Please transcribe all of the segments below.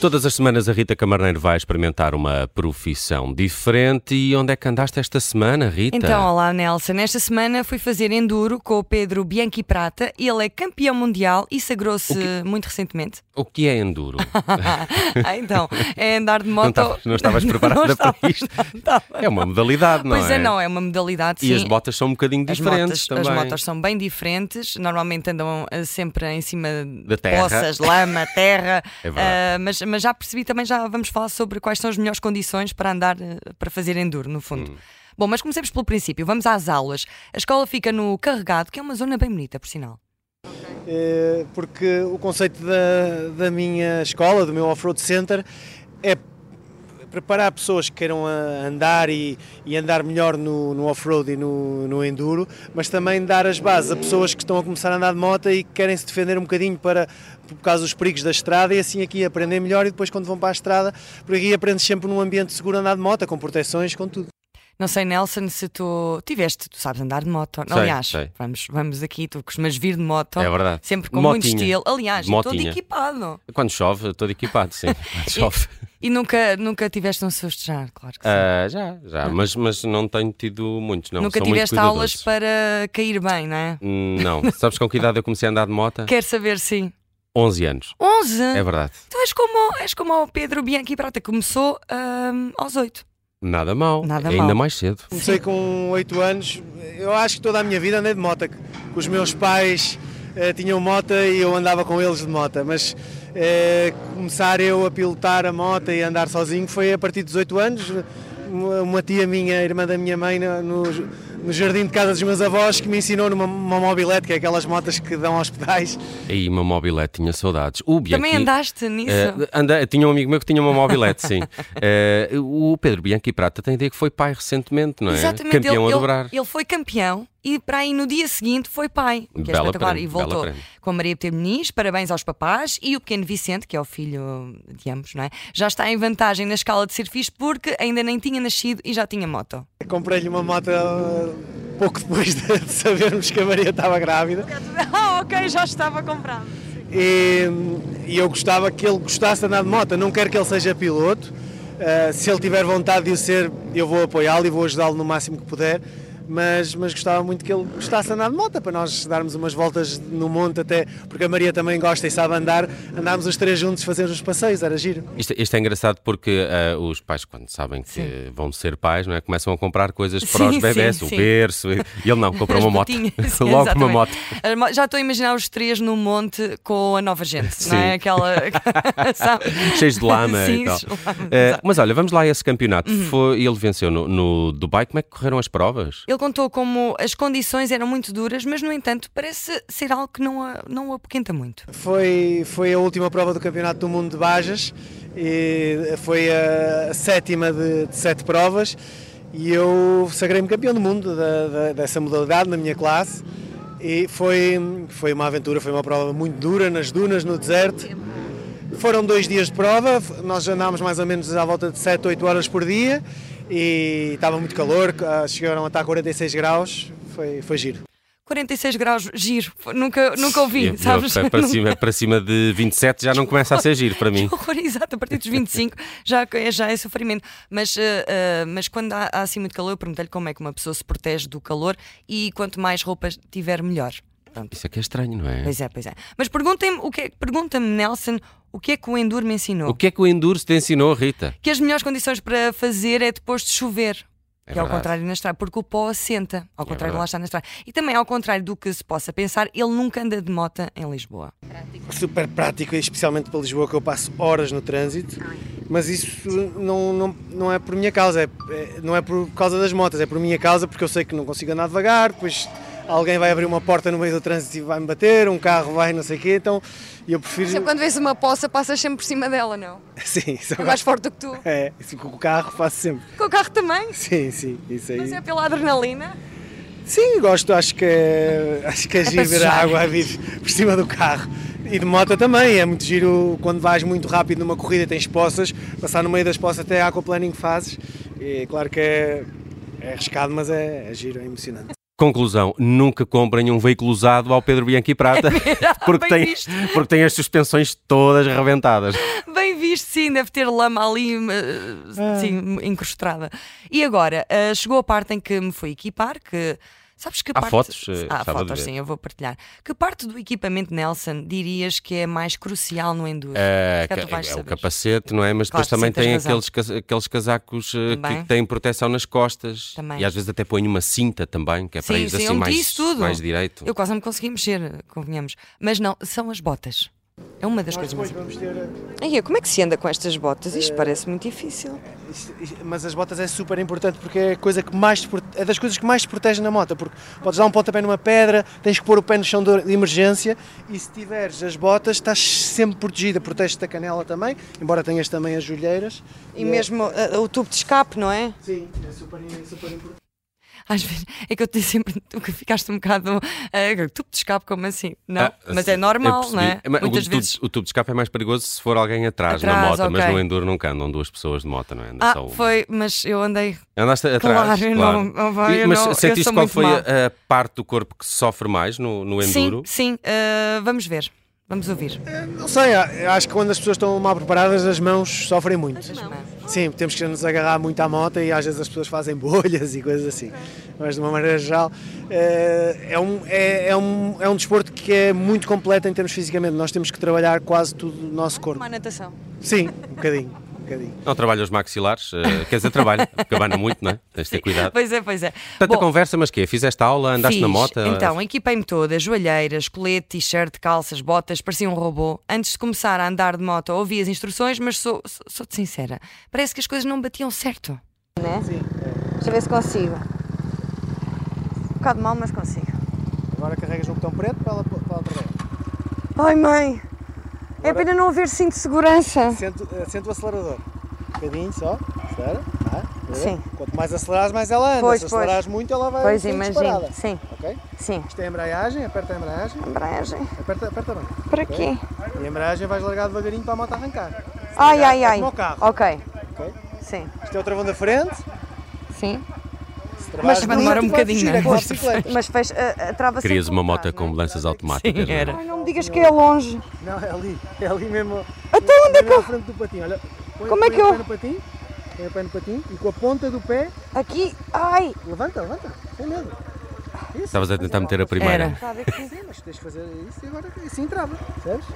Todas as semanas a Rita Camarneiro vai experimentar uma profissão diferente. E onde é que andaste esta semana, Rita? Então, olá Nelson. Nesta semana fui fazer enduro com o Pedro Bianchi Prata. Ele é campeão mundial e sagrou-se muito recentemente. O que é enduro? Ah, então, é andar de moto. Não estavas- não estavas preparada estava, para isto. não estava. É uma modalidade, não pois é? é, não, é uma modalidade, E sim. as botas são um bocadinho As diferentes motas, também. as motas são bem diferentes, normalmente andam eh, sempre em cima de terra. poças, lama, terra, É verdade. eh, mas, mas já percebi também, já vamos falar sobre quais são as melhores condições para andar, eh, para fazer enduro, no fundo. Hum. Bom, mas comecemos pelo princípio, vamos às aulas. A escola fica no Carregado, que é uma zona bem bonita, por sinal. eh, porque o conceito da, da minha escola, do meu off-road center, é preparar pessoas que queiram a- andar e, e andar melhor no, no off-road e no, no enduro, mas também dar as bases a pessoas que estão a começar a andar de moto e que querem se defender um bocadinho para, por causa dos perigos da estrada e assim aqui aprender melhor e depois quando vão para a estrada, porque aqui aprendes sempre num ambiente seguro a andar de moto, com proteções, com tudo. Não sei, Nelson, se tu tiveste, tu sabes andar de moto. Sei, Aliás, sei. Vamos, vamos aqui, tu costumas vir de moto. É verdade. Sempre com muito Motinha. estilo. Aliás, Motinha. todo equipado. Quando chove, todo equipado, sim. Quando chove. E nunca, nunca tiveste um susto já, claro que sim. Ah, já, já. Mas, mas não tenho tido muitos, não. Nunca Sou Então, muito tiveste aulas cuidadoso. para cair bem, não é? Não. Sabes com que idade eu comecei a andar de moto? Quero saber, sim. 11 anos. 11? É verdade. Tu és como, és como o Pedro Bianchi Prata, começou ahm, aos 8. Nada mal. Nada é ainda mal. mais cedo. Comecei com 8 anos, eu acho que toda a minha vida andei de moto. que Os meus pais eh, tinham moto e eu andava com eles de moto, mas eh, começar eu a pilotar a moto e a andar sozinho foi a partir dos 8 anos. Uma uma tia minha, irmã da minha mãe, na- no, no jardim de casa dos meus avós, que me ensinou numa uma mobilete, que é aquelas motas que dão aos pedais. Aí uma mobilete tinha saudades. O Bianchi, Também andaste nisso? eh, anda- tinha um amigo meu que tinha uma mobilete, sim. Eh, o Pedro Bianchi Prata tem ideia que foi pai recentemente, não é? Campeão ele, a dobrar. Ele, ele foi campeão e para aí no dia seguinte foi pai. Que é Bela espetacular. prenda, e voltou bela prenda. com a Maria Peter Muniz, parabéns aos papás e o pequeno Vicente, que é o filho de ambos, não é? Já está em vantagem na escala de surfis porque ainda nem tinha nascido e já tinha moto. Comprei-lhe uma moto eh, pouco depois de de sabermos que a Maria estava grávida. Ah, ok, já estava comprado. e, e eu gostava que ele gostasse de andar de moto. Não quero que ele seja piloto. Uh, se ele tiver vontade de o ser, eu vou apoiá-lo e vou ajudá-lo no máximo que puder. Mas, mas gostava muito que ele gostasse de andar de moto para nós darmos umas voltas no monte, até porque a Maria também gosta e sabe andar. Andarmos os três juntos fazer uns passeios, era giro. Isto, isto é engraçado porque ah, os pais, quando sabem que vão ser pais, não é? começam a comprar coisas para Sim, os bebés, sim, o sim. berço. E e ele não, comprou As uma moto. botinhas, sim, Logo uma exatamente. moto. As mo- Já estou a imaginar os três no monte com a nova gente, não é? Sim. Aquela. sabe? Cheios de lama Sim, e tal. cheios de lama, Eh, exato. Uhum. mas olha, vamos lá a esse campeonato. Foi, ele venceu no, no Dubai. Como é que correram as provas? Ele contou como as condições eram muito duras, mas no entanto parece ser algo que não a, não a apoquenta muito. Foi, foi a última prova do Campeonato do Mundo de Bajas e foi a sétima de, de sete provas e eu sagrei-me campeão do mundo da- da- dessa modalidade na minha classe e foi, foi uma aventura, foi uma prova muito dura nas dunas, no deserto. Foram dois dias de prova, f- nós andámos mais ou menos à volta de 7, 8 horas por dia e estava muito calor, ah, chegaram a estar 46 graus, foi, foi giro. 46 graus, giro, nunca, nunca ouvi, Eu- eu- sabes? Para, para cima, para cima de 27 já não começa a ser giro para mim. Que horror, exato, a partir dos 25 já, é- já é sofrimento. Mas, eh, eh, mas quando há, há assim muito calor, eu perguntei-lhe como é que uma pessoa se protege do calor e quanto mais roupas tiver, melhor. Pronto. Isso é que é estranho, não é? Pois é, pois é. Mas perguntem-me, o que é- pergunta-me, Nelson, o que é que o Enduro me ensinou? O que é que o Enduro te ensinou, Rita? Que as melhores condições para fazer é depois de chover. É que é ao verdade. É contrário na estrada, porque o pó assenta, ao contrário verdade. de lá está na estrada. E também, ao contrário do que se possa pensar, ele nunca anda de moto em Lisboa. super prático, especialmente para Lisboa, que eu passo horas no trânsito, mas isso não, não, não é por minha causa, é, é- não é por causa das motas, é por minha causa porque eu sei que não consigo andar devagar, depois alguém vai abrir uma porta no meio do trânsito e vai-me bater, um carro vai não sei o quê, então eu prefiro... Sempre quando vês uma poça, passas sempre por cima dela, não? Sim, isso É eu mais gosto. forte do que tu. É, isso com o carro faço sempre. Com o carro também. Sim, sim, isso aí. Mas é pela adrenalina. Sim, gosto, acho que é, acho que é, giro para ver a sujar. água a vir por cima do carro. E de moto também, é muito giro quando vais muito rápido numa corrida e tens poças, passar no meio das poças até aquaplaning fazes. E claro que é, é arriscado, mas é, é giro, é emocionante. Conclusão, nunca comprem um veículo usado ao Pedro Bianchi Prata, porque, É bem tem, visto. porque tem as suspensões todas rebentadas. Bem visto, sim, deve ter lama ali, eh, sim, encrustada. E agora, eh, chegou a parte em que me fui equipar, que. Sabes que Há parte. fotos, eh, Há estava a fotos, ver. sim, eu vou partilhar. Que parte do equipamento Nelson dirias que é mais crucial no Enduro? É, Se calhar tu ca- vais é o saber. capacete, não é? Mas Claro depois que também sim, tens tem razão. aqueles, cas- aqueles casacos eh, que- Também. que têm proteção nas costas. Também. E às vezes até põem uma cinta também, que é para Sim, ir sim, assim eu meti mais, isso tudo. mais direito. Eu quase não me consegui mexer, convenhamos. Mas não, são as botas. É uma das Nós coisas mais. depois vamos ter. Ai, como é que se anda com estas botas? Isto parece muito difícil. Isso- isso- Mas as botas é super importante porque é, a coisa que mais te prote- é das coisas que mais te protege na moto, porque podes dar um pontapé numa pedra, tens que pôr o pé no chão de de emergência e se tiveres as botas estás sempre protegida, protege da canela também, embora tenhas também as joelheiras. é- E mesmo ah, o tubo de escape, não é? Sim, é super, é super importante. Às vezes é que eu te disse sempre, tu que ficaste um bocado. eh, tubo de escape, como assim? Não, Ah, mas sim, é normal, eu não é? percebi. Mas Muitas o, tubo, vezes. o tubo de escape é mais perigoso se for alguém atrás, na Atrás, moto, mas ok. no enduro nunca andam duas pessoas de moto, não é? Anda Ah, só uma. foi, mas eu andei Andaste atrás. eu não- não vai, E- eu mas não- eu sentiste sou qual muito foi má. a, a parte do corpo que sofre mais no, no enduro? Sim, sim. eh, vamos ver. Vamos ouvir. Não sei, a- acho que quando as pessoas estão mal preparadas as mãos sofrem muito. Sim, temos que nos agarrar muito à moto e às vezes as pessoas fazem bolhas e coisas assim. Mas de uma maneira geral, eh, é um, é, é um, é um desporto que é muito completo em termos fisicamente. Nós temos que trabalhar quase tudo no nosso corpo. Uma natação. Sim, um bocadinho. Um bocadinho. Não trabalha os maxilares? eh, quer dizer, trabalha, porque abana muito, não é? Tens de ter cuidado. Pois é, pois é. Tanta Bom, conversa, mas quê? Fizeste aula, andaste na fiz. moto? Então, equipei-me toda, joalheiras, colete, t-shirt, calças, botas, parecia um robô. Antes de começar a andar de moto, ouvi as instruções, mas sou, sou, sou-te sincera, parece que as coisas não batiam certo. Né? Sim. eh, Deixa eu ver se consigo. Um bocado mal, mas consigo. Agora carregas no botão preto para ela, para ela trabalhar. Ai, mãe. É pena não haver cinto de segurança. Sente, eh, sente o acelerador. Um bocadinho só. Acelera. Tá? Boa. Sim. Quanto mais acelerares, mais ela anda. Pois, Se acelerares muito, ela vai Pois, sair imagino. disparada. Sim, Ok? sim. Isto é a embreagem, aperta a embreagem. Embreagem. Aperta, aperta bem. Para quê? E a embreagem vais largar devagarinho para a moto arrancar. Ai, ai, É ai. como o carro. Ok. ok? Sim. Isto é o travão da frente. Sim. Se trabalhas também muito, demora um vai bocadinho, fugir, não é? é como a bicicleta. Mas fez, a, a trava Querias sempre uma por moto trás, com não mudanças automáticas. Sim, não é? é? era. Ai, não me digas que é longe. Não, é ali. É ali mesmo. Até onde é que eu... frente do patinho. Olha, põe, Como é põe que o eu- pé no patinho. Põe o pé no patinho e com a ponta do pé, Aqui. Ai. levanta, levanta. Sem medo. Isso. Estavas a tentar meter a primeira. Era. Está a ver que- Sim, mas tens de fazer isso e agora assim trava. Percebes?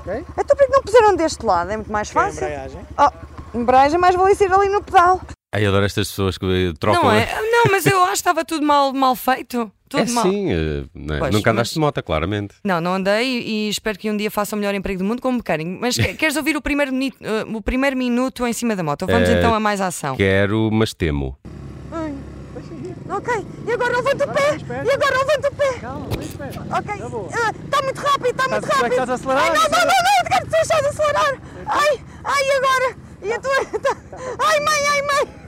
Ok? Então por que não puseram deste lado? É muito mais Põe a fácil. embreagem. Oh, embreagem, mais valia ser ali no pedal. Ai, adoro estas pessoas que eh, trocam. Não a- é? Não, mas eu acho que estava tudo mal, mal feito. Tudo É mal. sim, eh, não é? Pois, nunca mas- andaste de moto, claramente. Não, não andei e espero que um dia faça o melhor emprego do mundo como mecânico. Mas que- queres ouvir o primeiro, mini- eh, o primeiro minuto em cima da moto? Vamos Eh, então a mais ação. Quero, mas temo. Ok. E agora levanta o pé. E agora levanta o pé. Calma, Tá não espera. Ok. Na boa. Ah, Está muito rápido, está muito Estás- como é rápido. que estás a acelerar? Ai, não, não, não, não, Edgar, tu estás a acelerar. Ai, ai, e agora. E a tua. tá- Ai, mãe, ai, mãe.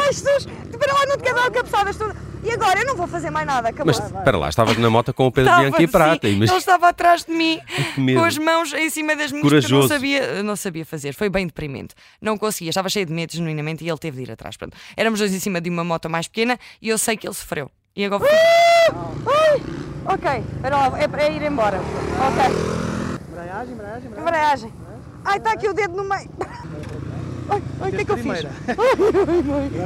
Ai, Jesus. Espera lá, não te quero dar cabeçadas. Tu... E agora? Eu não vou fazer mais nada. Acabou. Mas espera lá, estavas na moto com o Pedro Bianchi e assim, Prata. Ele Mas estava atrás de mim, que medo. com as mãos em cima das minhas, que eu não Corajoso. sabia, não sabia fazer. Foi bem deprimente. Não conseguia, estava cheio de medo genuinamente e ele teve de ir atrás. Pronto. Éramos dois em cima de uma moto mais pequena e eu sei que ele sofreu. E agora Ok, espera lá, é para ir embora. Ok, Embreagem, embreagem, embreagem. embreagem. Ai, está aqui o dedo no meio. Ai, ai, o que é que eu fiz? Primeira.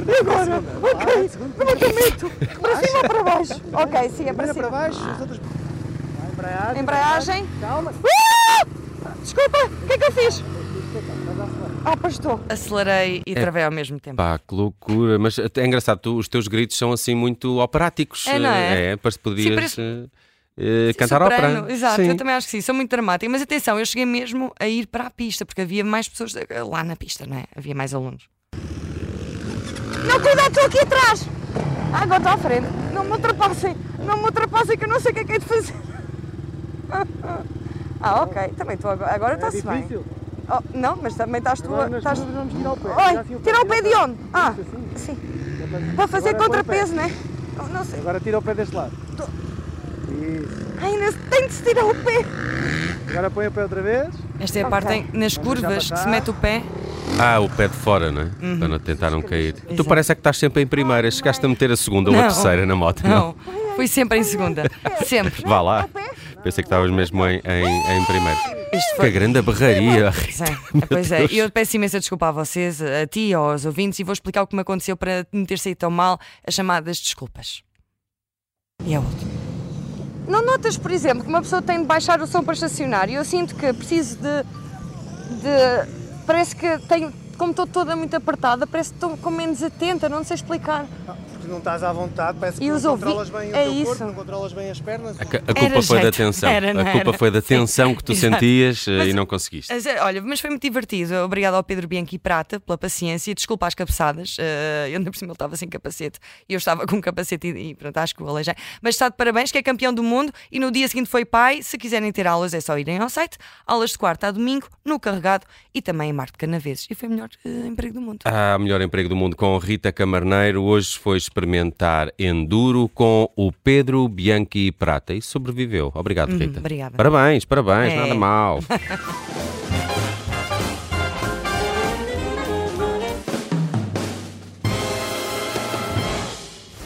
E agora? Ok, levantamento. Para cima ou para baixo? Ok, sim, é para Primeira para cima. baixo, as outras. Vai, Embreagem. Embreagem. Calma. Ah! Desculpa, o que é que eu fiz? Ah, pois estou. acelerei e travei ao mesmo tempo. É. pá, que loucura. Mas é engraçado, tu- os teus gritos são assim muito operáticos. É, não é? para se Sim, podias parece- eh, eh, cantar Soprano, ópera. Exato, Sim. eu também acho que sim, sou muito dramática. Mas atenção, eu cheguei mesmo a ir para a pista, porque havia mais pessoas eh, lá na pista, não é? Havia mais alunos. Não, cuidado, estou aqui atrás. Ah, agora estou à frente. Não me ultrapassem, não me ultrapassem que eu não sei o que é que é de fazer. Ah, ok, também estou agora. Agora É está-se bem. difícil. Oh, não, mas também estás tu. Agora a- nas Estás... curvas vamos tirar o pé. Oi, Tira assim tira o pé de onde? Ah, Isto assim. sim. É para- Para Agora põe fazer o pé. contrapeso, não é? Não, não sei. Agora tira o pé deste lado. Tô- Isso. Ai, Ainda se- tem de se tirar o pé. Agora põe o pé outra vez. Esta é a Ok. parte em- nas Vamos já curvas que se passar. mete o pé. Ah, o pé de fora, não é? Para não tentar não cair. Tu Exato. parece é que estás sempre em primeira. Chegaste a meter a segunda ou a Uhum. Não. terceira na moto, não? é? Não, fui sempre em segunda. Sempre. Vá lá. Pensei que estavas mesmo em, em, em primeiro. Isto Que grande barraria. Pois é, pois é. E eu peço imensa desculpa a vocês, a ti, aos ouvintes, e vou explicar o que me aconteceu para me ter saído tão mal, as chamadas desculpas. E é outro. Não notas, por exemplo, que uma pessoa tem de baixar o som para estacionar e eu sinto que preciso de. de- parece que tenho. Como estou toda muito apertada, parece que estou com menos atenta, não sei explicar. Ah, Porque não estás à vontade, parece que E não os ouvi- controlas bem o é teu isso. corpo, não controlas bem as pernas. A, cu- a culpa foi da jeito. tensão. Era, não a culpa era? foi da Sim. tensão que tu Exato. sentias eh, e Mas- não conseguiste. Mas, eh, Olha, mas foi muito divertido. Obrigado ao Pedro Bianchi Prata pela paciência. Desculpa as cabeçadas. eh, eu ainda por cima ele estava sem capacete e eu estava com um capacete e, e pronto, acho que o aleijei. Mas está de parabéns, que é campeão do mundo e no dia seguinte foi pai. Se quiserem ter aulas, é só irem ao site. Aulas de quarta a domingo, no carregado e também em Marte de Canaveses. E foi o melhor eh, emprego do mundo. Ah, melhor emprego do mundo com Rita Camarneiro. Hoje foi experimentar enduro com o Pedro Bianchi Prata e sobreviveu. Obrigado, Rita. Hum, obrigada. Parabéns, parabéns, É. nada mal.